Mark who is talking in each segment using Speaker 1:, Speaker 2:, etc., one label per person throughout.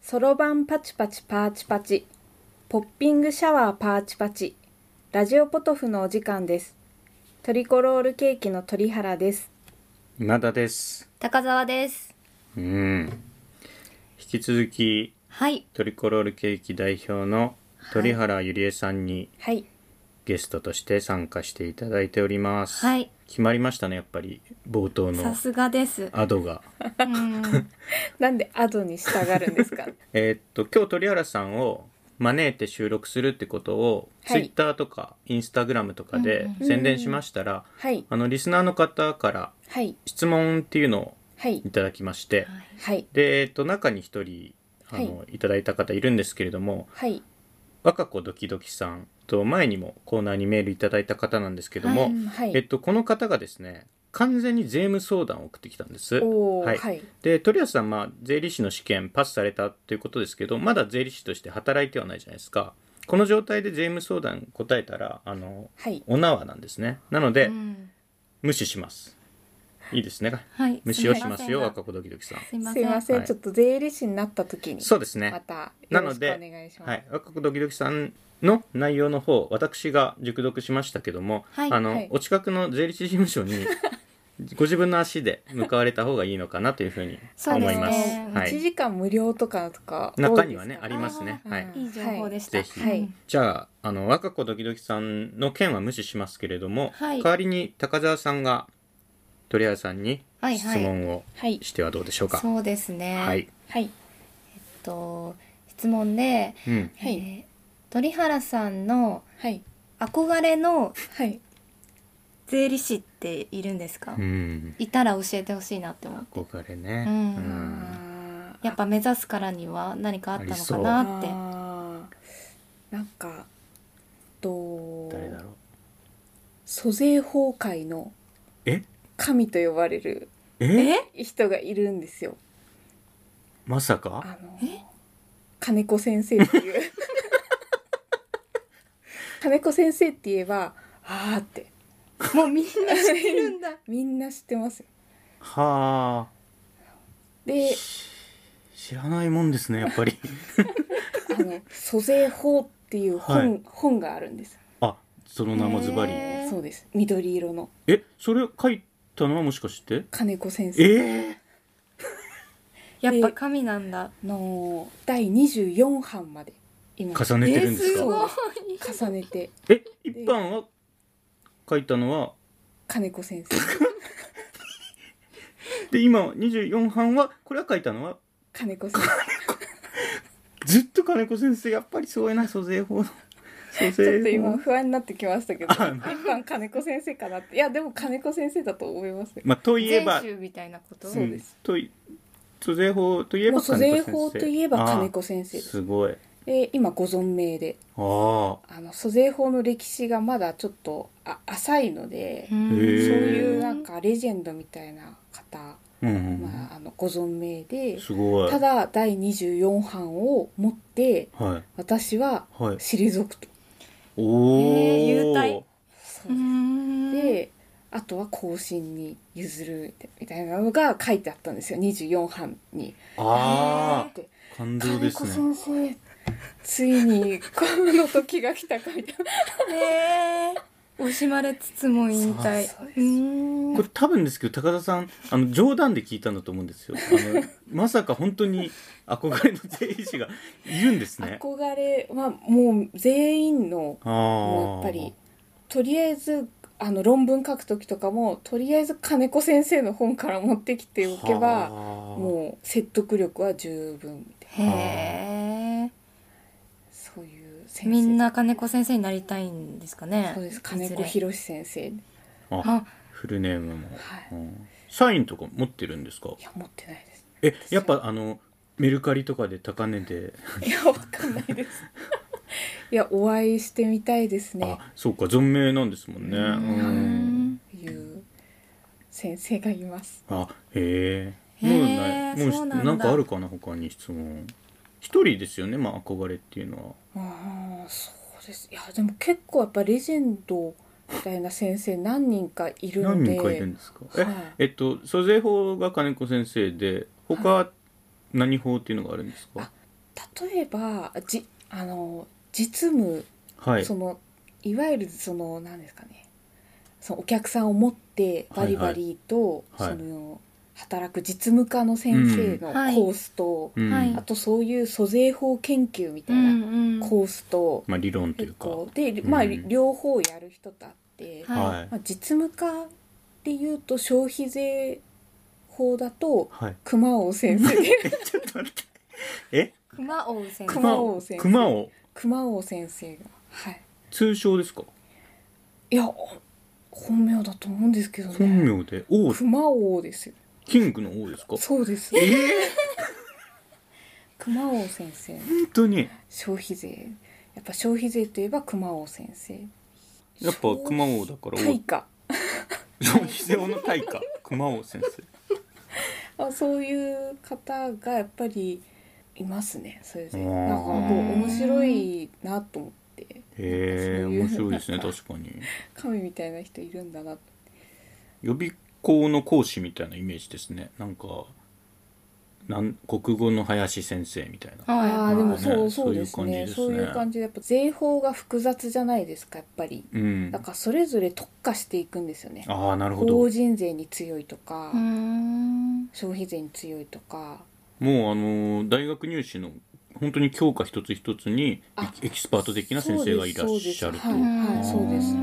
Speaker 1: そろばんパチパチパーチパチ、ポッピングシャワーパーチパチ、ラジオポトフのお時間です。トリコロールケーキの鳥原です。
Speaker 2: 今田です
Speaker 3: 高澤です。
Speaker 2: うん引き続き
Speaker 3: はい。
Speaker 2: トリコロールケーキ代表の鳥原ゆりえさんに
Speaker 1: はい。
Speaker 2: ゲストとして参加していただいております、
Speaker 3: はい
Speaker 2: 決まりましたねやっぱり冒頭の
Speaker 3: さすがです。
Speaker 2: アドが
Speaker 3: うん。
Speaker 1: なんでアドに従るんです か
Speaker 2: えーっと今日鳥原さんを招いて収録するってことを、
Speaker 1: はい
Speaker 2: Twitter とか Instagram とかで
Speaker 1: うん
Speaker 2: 宣伝しましたら、
Speaker 1: はい。
Speaker 2: あのリスナーの方から
Speaker 1: はい。
Speaker 2: 質問っていうのを
Speaker 1: はい
Speaker 2: い。ただきまして、
Speaker 1: はい。
Speaker 2: で、えーっと、中に一人あの、い、ただいた方いるんですけれども
Speaker 1: はい。
Speaker 2: 若子ドキドキさんと前にもコーナーにメールいただいた方なんですけども、
Speaker 3: はい
Speaker 1: は
Speaker 2: え
Speaker 1: い。
Speaker 2: っと、この方がですね完全に税務相談を送ってきたんです。
Speaker 1: お
Speaker 2: は
Speaker 1: ー、
Speaker 2: い
Speaker 1: はい。
Speaker 2: で鳥谷さん、まあ、税理士の試験パスされたということですけどまだ税理士として働いてはないじゃないですかこの状態で税務相談答えたらあの
Speaker 1: はい。
Speaker 2: お縄なんですねなので、
Speaker 3: うん
Speaker 2: 無視しますいいですね
Speaker 3: はい。
Speaker 2: 無視をしますよ
Speaker 3: い
Speaker 2: 若子ドキドキさん
Speaker 3: せんが
Speaker 1: す
Speaker 3: す
Speaker 1: い
Speaker 3: いま
Speaker 1: ま
Speaker 3: せ
Speaker 1: せ
Speaker 3: ん。
Speaker 1: ん、
Speaker 2: はい
Speaker 1: ちょっと税理士になった時に、
Speaker 2: そうです
Speaker 1: ま
Speaker 2: ね
Speaker 1: たよ
Speaker 2: な
Speaker 1: ろ
Speaker 2: の
Speaker 1: しくお
Speaker 2: で
Speaker 1: 願いします。
Speaker 2: はい、若子ドキドキさんの内容の方私が熟読しましたけども、
Speaker 3: はい
Speaker 2: あの
Speaker 1: はい
Speaker 2: お近くの税理士事務所 にご自分の足で向かわれた方がいいのかなというふうに
Speaker 3: そう
Speaker 2: 思
Speaker 3: で
Speaker 2: い
Speaker 3: す
Speaker 2: ます。
Speaker 3: ね
Speaker 2: は
Speaker 1: 1
Speaker 2: い、
Speaker 1: 時間無料とかとか多いですか
Speaker 2: 中
Speaker 1: ら
Speaker 2: にはねありますね。
Speaker 1: あー
Speaker 2: は
Speaker 1: うん
Speaker 2: い、
Speaker 3: いい情報でした。
Speaker 2: はいぜひ
Speaker 3: はい。
Speaker 2: じゃああの若子ドキドキさんの件は無視しますけれども、
Speaker 3: はい
Speaker 2: 代わりに高澤さんが鳥谷さんに
Speaker 3: はい
Speaker 2: 質
Speaker 3: はい
Speaker 2: 問を
Speaker 1: はい。
Speaker 2: してはどうでしょうか。
Speaker 3: そうですね。
Speaker 2: はい、
Speaker 1: はい。
Speaker 3: えっと質問で、
Speaker 2: うん、
Speaker 1: はい
Speaker 3: えー鳥原さんの
Speaker 1: はい。
Speaker 3: 憧れの
Speaker 1: はい。
Speaker 3: 税理士っているんですか？
Speaker 2: うん、
Speaker 3: いたら教えてほしいなって思う。
Speaker 2: 憧れね。
Speaker 3: うん
Speaker 2: うん
Speaker 3: やっぱ目指すからには何かあったのかなって。
Speaker 1: あーなんかと
Speaker 2: 誰だろう。
Speaker 1: 租税崩壊の
Speaker 2: え、
Speaker 1: 神と呼ばれる
Speaker 2: え、
Speaker 1: 人がいるんですよ。
Speaker 2: まさか。
Speaker 1: あの
Speaker 3: え
Speaker 1: 金子先生って いう金子先生って言えばあーって
Speaker 3: もうみんな知って るんだ。
Speaker 1: みんな知ってますよ。
Speaker 2: はあ
Speaker 1: で
Speaker 2: 知らないもんですねやっぱり
Speaker 1: あの「租税法」っていう本,、
Speaker 2: はい
Speaker 1: 本があるんです。
Speaker 2: あその名もズバリ
Speaker 3: へー
Speaker 1: そうです緑色の
Speaker 2: えそれ書いたのはもしかして
Speaker 1: 金子先
Speaker 2: え
Speaker 1: 生
Speaker 2: ー、
Speaker 3: やっぱ神なんだ。
Speaker 1: の第24版まで今
Speaker 2: 重ねてるんです
Speaker 3: えー
Speaker 2: か
Speaker 3: すごい
Speaker 1: 重ねて
Speaker 2: え一般は書いたのは
Speaker 1: 金子先生
Speaker 2: で今24版はこれは書いたのは
Speaker 1: 金子先生
Speaker 2: ずっと金子先生やっぱりすごいな租 税法の租
Speaker 1: ちょっと
Speaker 2: 税
Speaker 1: 今
Speaker 2: 法
Speaker 1: 不安になってきましたけど一
Speaker 2: あ
Speaker 1: 般金子先生かなっていやでも金子先生だと思いますよ
Speaker 2: まあといえば
Speaker 3: 税収みたいなこと。
Speaker 1: そうです
Speaker 2: んとい租税法といえ
Speaker 1: も
Speaker 2: ば
Speaker 1: う租税法といえば金子先生
Speaker 2: 先生あ
Speaker 1: で
Speaker 2: ー
Speaker 1: す
Speaker 2: すごい
Speaker 1: で今ご存命であ
Speaker 2: あ
Speaker 1: の租税法の歴史がまだちょっとあ浅いので、
Speaker 2: へ
Speaker 3: ん
Speaker 2: ー
Speaker 1: そういうなんかレジェンドみたいな方、
Speaker 2: あうんうん、
Speaker 1: まあ、あのご存命で
Speaker 2: すごい
Speaker 1: ただ第24版を持って
Speaker 2: はい
Speaker 1: 私は
Speaker 2: はい
Speaker 1: 退くと。
Speaker 2: おお、
Speaker 3: えー優待
Speaker 1: そう
Speaker 3: うーん
Speaker 1: であとは後進に譲るみたいなのが書いてあったんですよ24版に。
Speaker 2: あ
Speaker 1: で
Speaker 2: あ、感動
Speaker 1: 金
Speaker 2: で
Speaker 1: 子
Speaker 2: す
Speaker 1: 先
Speaker 2: ね。
Speaker 1: 生ついにこの時が来たかみたい
Speaker 3: ねえ惜しまれつつも引退
Speaker 1: そうそうで
Speaker 3: う
Speaker 1: す
Speaker 3: ーん
Speaker 2: これ多分ですけど高田さんあの冗談で聞いたんだと思うんですよ。あの まさか本当に憧れの税理士がいるんです
Speaker 1: な
Speaker 2: ね。
Speaker 1: 憧れはもう全員の
Speaker 2: あ
Speaker 1: もう
Speaker 2: あ、
Speaker 1: やっぱりとりあえずあの論文書く時とかもとりあえず金子先生の本から持ってきておけば
Speaker 2: も
Speaker 1: もう説得力は十分みたいな
Speaker 3: へえ
Speaker 1: そういう先生
Speaker 3: みんな金子先生になりたいんですかね
Speaker 1: そうです
Speaker 3: い
Speaker 1: 金
Speaker 3: ず
Speaker 1: 子
Speaker 3: れ
Speaker 1: 博先生
Speaker 2: うあ
Speaker 3: あ
Speaker 2: フルネームも、
Speaker 1: はい
Speaker 2: うんサインとか持ってるんですか
Speaker 1: い。や持ってないです
Speaker 2: え、やっぱあのメルカリとかで高値で、
Speaker 1: いやわかんないです いやお会いしてみたいですね
Speaker 2: あ、そうか存命なんですもんね。う
Speaker 3: うー
Speaker 2: ん。
Speaker 3: ん
Speaker 1: いう先生がいます
Speaker 2: あ、へえ。
Speaker 3: へ
Speaker 2: も
Speaker 3: え
Speaker 2: うない、もう
Speaker 3: そう
Speaker 2: し
Speaker 3: なんだ
Speaker 2: なんかあるかな他に質問。一人ですよね、まあ憧れっていうのは。
Speaker 1: ああそうですいやでも結構やっぱレジェンドみたいな先生何人かいるの
Speaker 2: 何
Speaker 1: で
Speaker 2: 人かいるんですか。え、
Speaker 1: はい
Speaker 2: えっと、租税法が金子先生で、他、何法っていうのがあるんですか。
Speaker 1: 例えばじあの実務、
Speaker 2: はい
Speaker 1: そのいわゆるその何ですかねそのお客さんを持ってバリバリと、
Speaker 2: はいはいはい
Speaker 1: その働く実務家の先生の
Speaker 3: うんはい
Speaker 1: コースと、
Speaker 2: うん
Speaker 3: はい
Speaker 1: あとそういう租税法研究みた
Speaker 3: う
Speaker 1: いなん
Speaker 3: うん
Speaker 1: コースと、
Speaker 2: まあ、理論とい
Speaker 1: 結
Speaker 2: うか、
Speaker 1: 構で、まあ
Speaker 2: うん
Speaker 1: 両方やる人とあって、
Speaker 3: はい
Speaker 2: はい
Speaker 1: まあ、実務家でいうと消費税法だと
Speaker 2: はい
Speaker 1: 熊尾先生 で
Speaker 2: ちょっと待ってえ
Speaker 3: 熊王先生
Speaker 1: 熊
Speaker 2: 熊
Speaker 1: 尾
Speaker 2: 尾
Speaker 1: 先生
Speaker 2: 熊尾
Speaker 1: 熊尾先生がはい
Speaker 2: 通称ですか
Speaker 1: いやお本名だと思うんですけど
Speaker 2: 本
Speaker 1: ね
Speaker 2: 名で王
Speaker 1: 熊尾ですよ
Speaker 2: キングの王ですか
Speaker 1: そうです
Speaker 2: えー、
Speaker 1: 熊尾先生の
Speaker 2: 本当に
Speaker 1: 消費税やっぱ消費税といえば熊尾先生
Speaker 2: やっぱ熊尾だから
Speaker 1: 対価
Speaker 2: 王そう秀夫の大家熊尾先生
Speaker 1: あそういう方がやっぱりいますねそれで
Speaker 2: あー
Speaker 1: なんかこう面白いなと思って
Speaker 2: へえ
Speaker 1: そういう
Speaker 2: 面白いですね確かに
Speaker 1: 神みたいな人いるんだなと
Speaker 2: 予備校の講師みたいなイメージですねなんかなん国語の林先生みたいな
Speaker 1: あ
Speaker 3: は
Speaker 1: あ
Speaker 3: い
Speaker 1: でも
Speaker 2: まあ
Speaker 1: そ
Speaker 2: ね
Speaker 1: うそうですね
Speaker 2: そ
Speaker 1: そうう
Speaker 2: い
Speaker 1: いうう
Speaker 2: 感
Speaker 1: 感じでやっぱ税法が複雑じゃないですかやっぱり
Speaker 2: うん
Speaker 1: だからそれぞれ特化していくんですよね
Speaker 2: ああなるほど
Speaker 1: 法人税に強いとか
Speaker 3: うーん
Speaker 1: 消費税に強いとか
Speaker 2: もうあのー大学入試の本当に教科一つ一つに
Speaker 1: あ
Speaker 2: エキエキスパート的な先生がいらっしゃる
Speaker 1: そうですはい
Speaker 2: あー
Speaker 1: そうです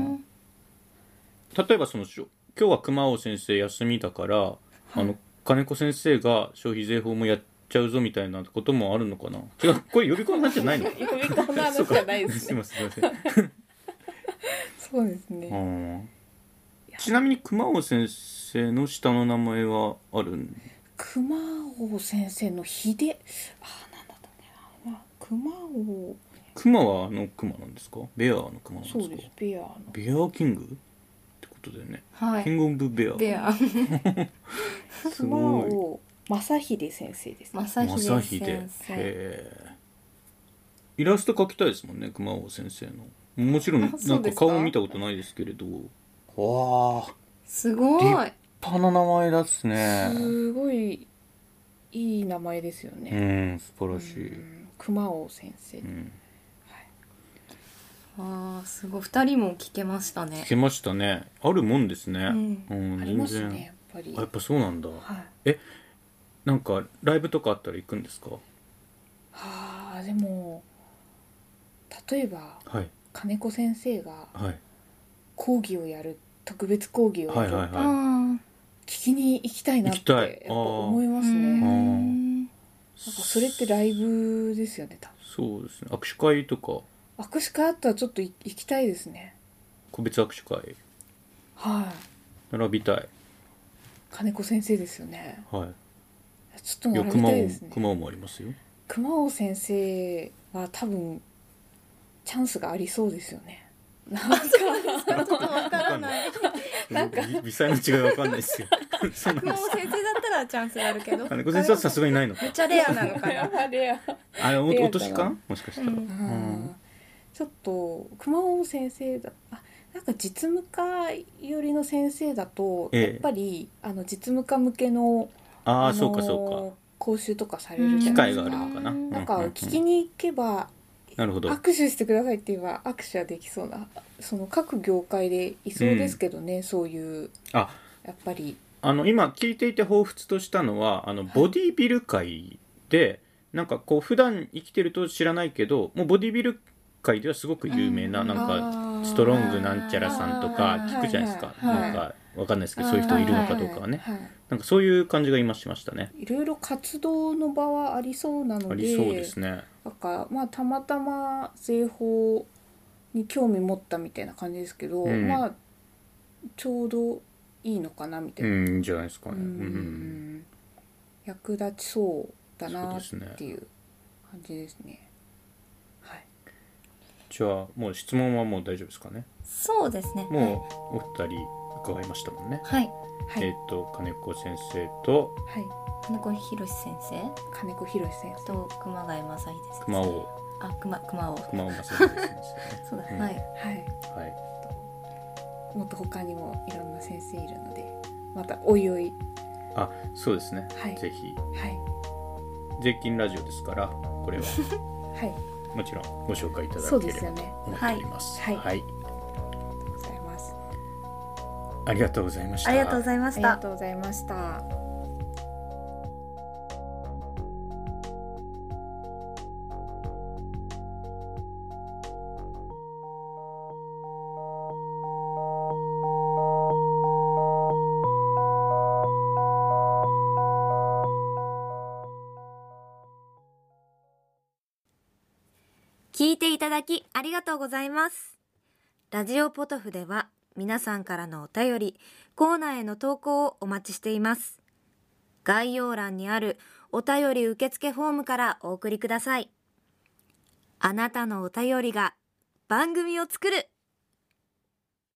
Speaker 2: と例えばそのしょ今日は熊尾先生休みだから、あの金子先生が消費税法もやっちゃうぞみたいなこともあるのかな 違うこれ予備校の話じゃないの
Speaker 1: 呼び込んだ
Speaker 2: そ
Speaker 1: 話
Speaker 2: うか
Speaker 1: じゃ ないです
Speaker 2: すい
Speaker 1: ね
Speaker 2: ませんすいま
Speaker 1: そうです
Speaker 2: せ
Speaker 1: ね
Speaker 2: んうんちなみに熊尾先生の下の名前はあるん
Speaker 1: 熊尾先生の秀あーなんだったねな熊尾
Speaker 2: 熊はあの熊なんですかベアの熊なんですか
Speaker 1: そうですペアの
Speaker 2: ベアキングってことだよね
Speaker 3: は
Speaker 2: キ
Speaker 3: い
Speaker 2: ングオブベア
Speaker 3: ベア
Speaker 2: す
Speaker 1: 熊
Speaker 2: ごい
Speaker 1: 尾正秀先生ですね
Speaker 3: 正
Speaker 2: 正
Speaker 3: 秀
Speaker 2: 秀
Speaker 3: 先生
Speaker 2: えイラスト描きたいですもんね熊尾先生のもちろん
Speaker 3: あ
Speaker 2: な
Speaker 3: そ
Speaker 2: んか
Speaker 3: うです
Speaker 2: 顔
Speaker 3: か
Speaker 2: を見たことないですけれどわあ
Speaker 3: すごい
Speaker 2: 立派な名前です
Speaker 1: すごいいい名前ですよね、
Speaker 2: ん素晴
Speaker 1: うん熊尾先生、
Speaker 2: うん
Speaker 3: あーすごい二人も聞けましたね
Speaker 2: 聞けましたねあるもんですね
Speaker 3: う
Speaker 2: う
Speaker 3: ん
Speaker 2: ん
Speaker 1: ありま
Speaker 2: 全
Speaker 1: す
Speaker 2: 然
Speaker 1: ねやっぱり
Speaker 2: あやっぱそうなんだ
Speaker 1: はい
Speaker 2: なんかライブとかあったら行くんですか
Speaker 1: はあでも例えば
Speaker 2: はい
Speaker 1: 金子先生が
Speaker 2: はい
Speaker 1: 講義をやる特別講義をや
Speaker 2: はい
Speaker 1: る、
Speaker 2: はい
Speaker 3: あ
Speaker 2: は
Speaker 3: ー
Speaker 1: 聞きに行きたいなっ
Speaker 2: 行きたい
Speaker 1: てやっぱ思います
Speaker 3: う
Speaker 1: ね
Speaker 3: ー
Speaker 1: なんか
Speaker 3: ん
Speaker 2: い
Speaker 1: それってライブですよね多
Speaker 2: そうですね握手会とか
Speaker 1: 分握手会あったらちょっとい行きたいですね
Speaker 2: 個別握手会
Speaker 1: はい
Speaker 2: 並びたい
Speaker 1: 金子先生ですよね
Speaker 2: は
Speaker 1: ちょっ
Speaker 2: いい
Speaker 1: と並
Speaker 2: や
Speaker 1: び
Speaker 2: 熊
Speaker 1: たい
Speaker 2: 尾
Speaker 1: ですね
Speaker 2: 熊尾もありますよ
Speaker 1: 熊尾先生は多分チャンスがありそうですよねなんか
Speaker 3: ちょっとわからない
Speaker 2: なんか微細な違いわかんない ですよ。そうなん
Speaker 3: 熊
Speaker 2: で
Speaker 3: 尾
Speaker 2: す。
Speaker 3: 先生だったらチャンスがあるけど
Speaker 2: 金子先生はさすがにないのか
Speaker 3: めっ。ちゃレアなの か な
Speaker 1: レア
Speaker 2: あれ、お、
Speaker 1: レアかな
Speaker 2: お年かもしかしたら。
Speaker 3: うん
Speaker 2: ん
Speaker 1: ちょっと熊尾先生だあなんか実務家寄りの先生だと、
Speaker 2: ええ
Speaker 1: やっぱりあの実務家向けの
Speaker 2: あ
Speaker 1: の
Speaker 2: あ、そうか、そう
Speaker 1: 講習とかされるじ
Speaker 2: か。
Speaker 1: ゃな
Speaker 2: 機
Speaker 1: い
Speaker 2: 会
Speaker 1: です
Speaker 2: が
Speaker 1: か
Speaker 2: あるのかな。
Speaker 3: うん
Speaker 1: なん
Speaker 2: う
Speaker 1: か
Speaker 2: うう
Speaker 1: 聞きに行けば
Speaker 2: なるほど。
Speaker 1: 握手してくださいって言えば握手はできそうなその各業界でいそうですけどね、そういう
Speaker 2: あ、
Speaker 1: やっぱり
Speaker 2: あの、今聞いていて彷彿としたのは、あの、ボディビル界で。なんか、こう、普段生きてると知らないけど、もうボディビル界ではすごく有名な、
Speaker 3: うん
Speaker 2: なんか。
Speaker 1: あー
Speaker 2: ストロングなんちゃらさんとか聞くじゃないですか
Speaker 1: は。いはいは
Speaker 2: ないんか、わかんないですけど、そういう人いるのかどうかはね。
Speaker 1: いいい
Speaker 2: なんか、そういう感じが今しましたね。
Speaker 1: いろいろ活動の場はありそうなので
Speaker 2: ありそうですね。
Speaker 1: なんかまあたまたま税法に興味持ったみたいな感じですけど、
Speaker 2: うん
Speaker 1: まあちょうどいいのかなみた
Speaker 2: う
Speaker 1: いな、
Speaker 2: ん、いいんじゃないですかね。
Speaker 1: う
Speaker 2: うんん。
Speaker 1: 役立ちそうだなっ
Speaker 2: そうですね
Speaker 1: ていう感じですね。はい、
Speaker 2: じゃあもう質問はもう大丈夫ですかね
Speaker 3: そうですね
Speaker 2: もうお二人伺いましたもんね、
Speaker 3: はい
Speaker 1: はい、
Speaker 2: えっ、と金子先生と
Speaker 1: はい、
Speaker 3: 金子博先生
Speaker 1: 金子博先生。
Speaker 3: と熊谷正秀先生
Speaker 2: 熊尾
Speaker 3: あ熊熊尾
Speaker 2: 熊尾正先生ですね
Speaker 3: そうだ、
Speaker 2: うん
Speaker 3: は
Speaker 1: は
Speaker 3: い
Speaker 1: い、
Speaker 2: はい
Speaker 1: もっと他にもいろんな先生いるので、またおいおい、
Speaker 2: あそうですね、
Speaker 1: はい
Speaker 2: ぜひ
Speaker 1: はい、
Speaker 2: 税金ラジオですからこれは
Speaker 1: はい
Speaker 2: もちろんご紹介いただ
Speaker 1: そう
Speaker 2: け
Speaker 1: で
Speaker 2: れ
Speaker 1: す
Speaker 2: ば
Speaker 1: よね
Speaker 2: と思っております
Speaker 1: はい
Speaker 2: はい、
Speaker 1: ありがとうございます
Speaker 2: ありがとうございました
Speaker 4: ありがとうございま
Speaker 1: あ
Speaker 4: し
Speaker 1: りが
Speaker 4: た
Speaker 1: とうございました
Speaker 3: 聞いていただきありがとうございます。ラジオポトフでは皆さんからのお便り、コーナーへの投稿をお待ちしています。概要欄にあるお便り受付フォームからお送りください。あなたのお便りが番組を作る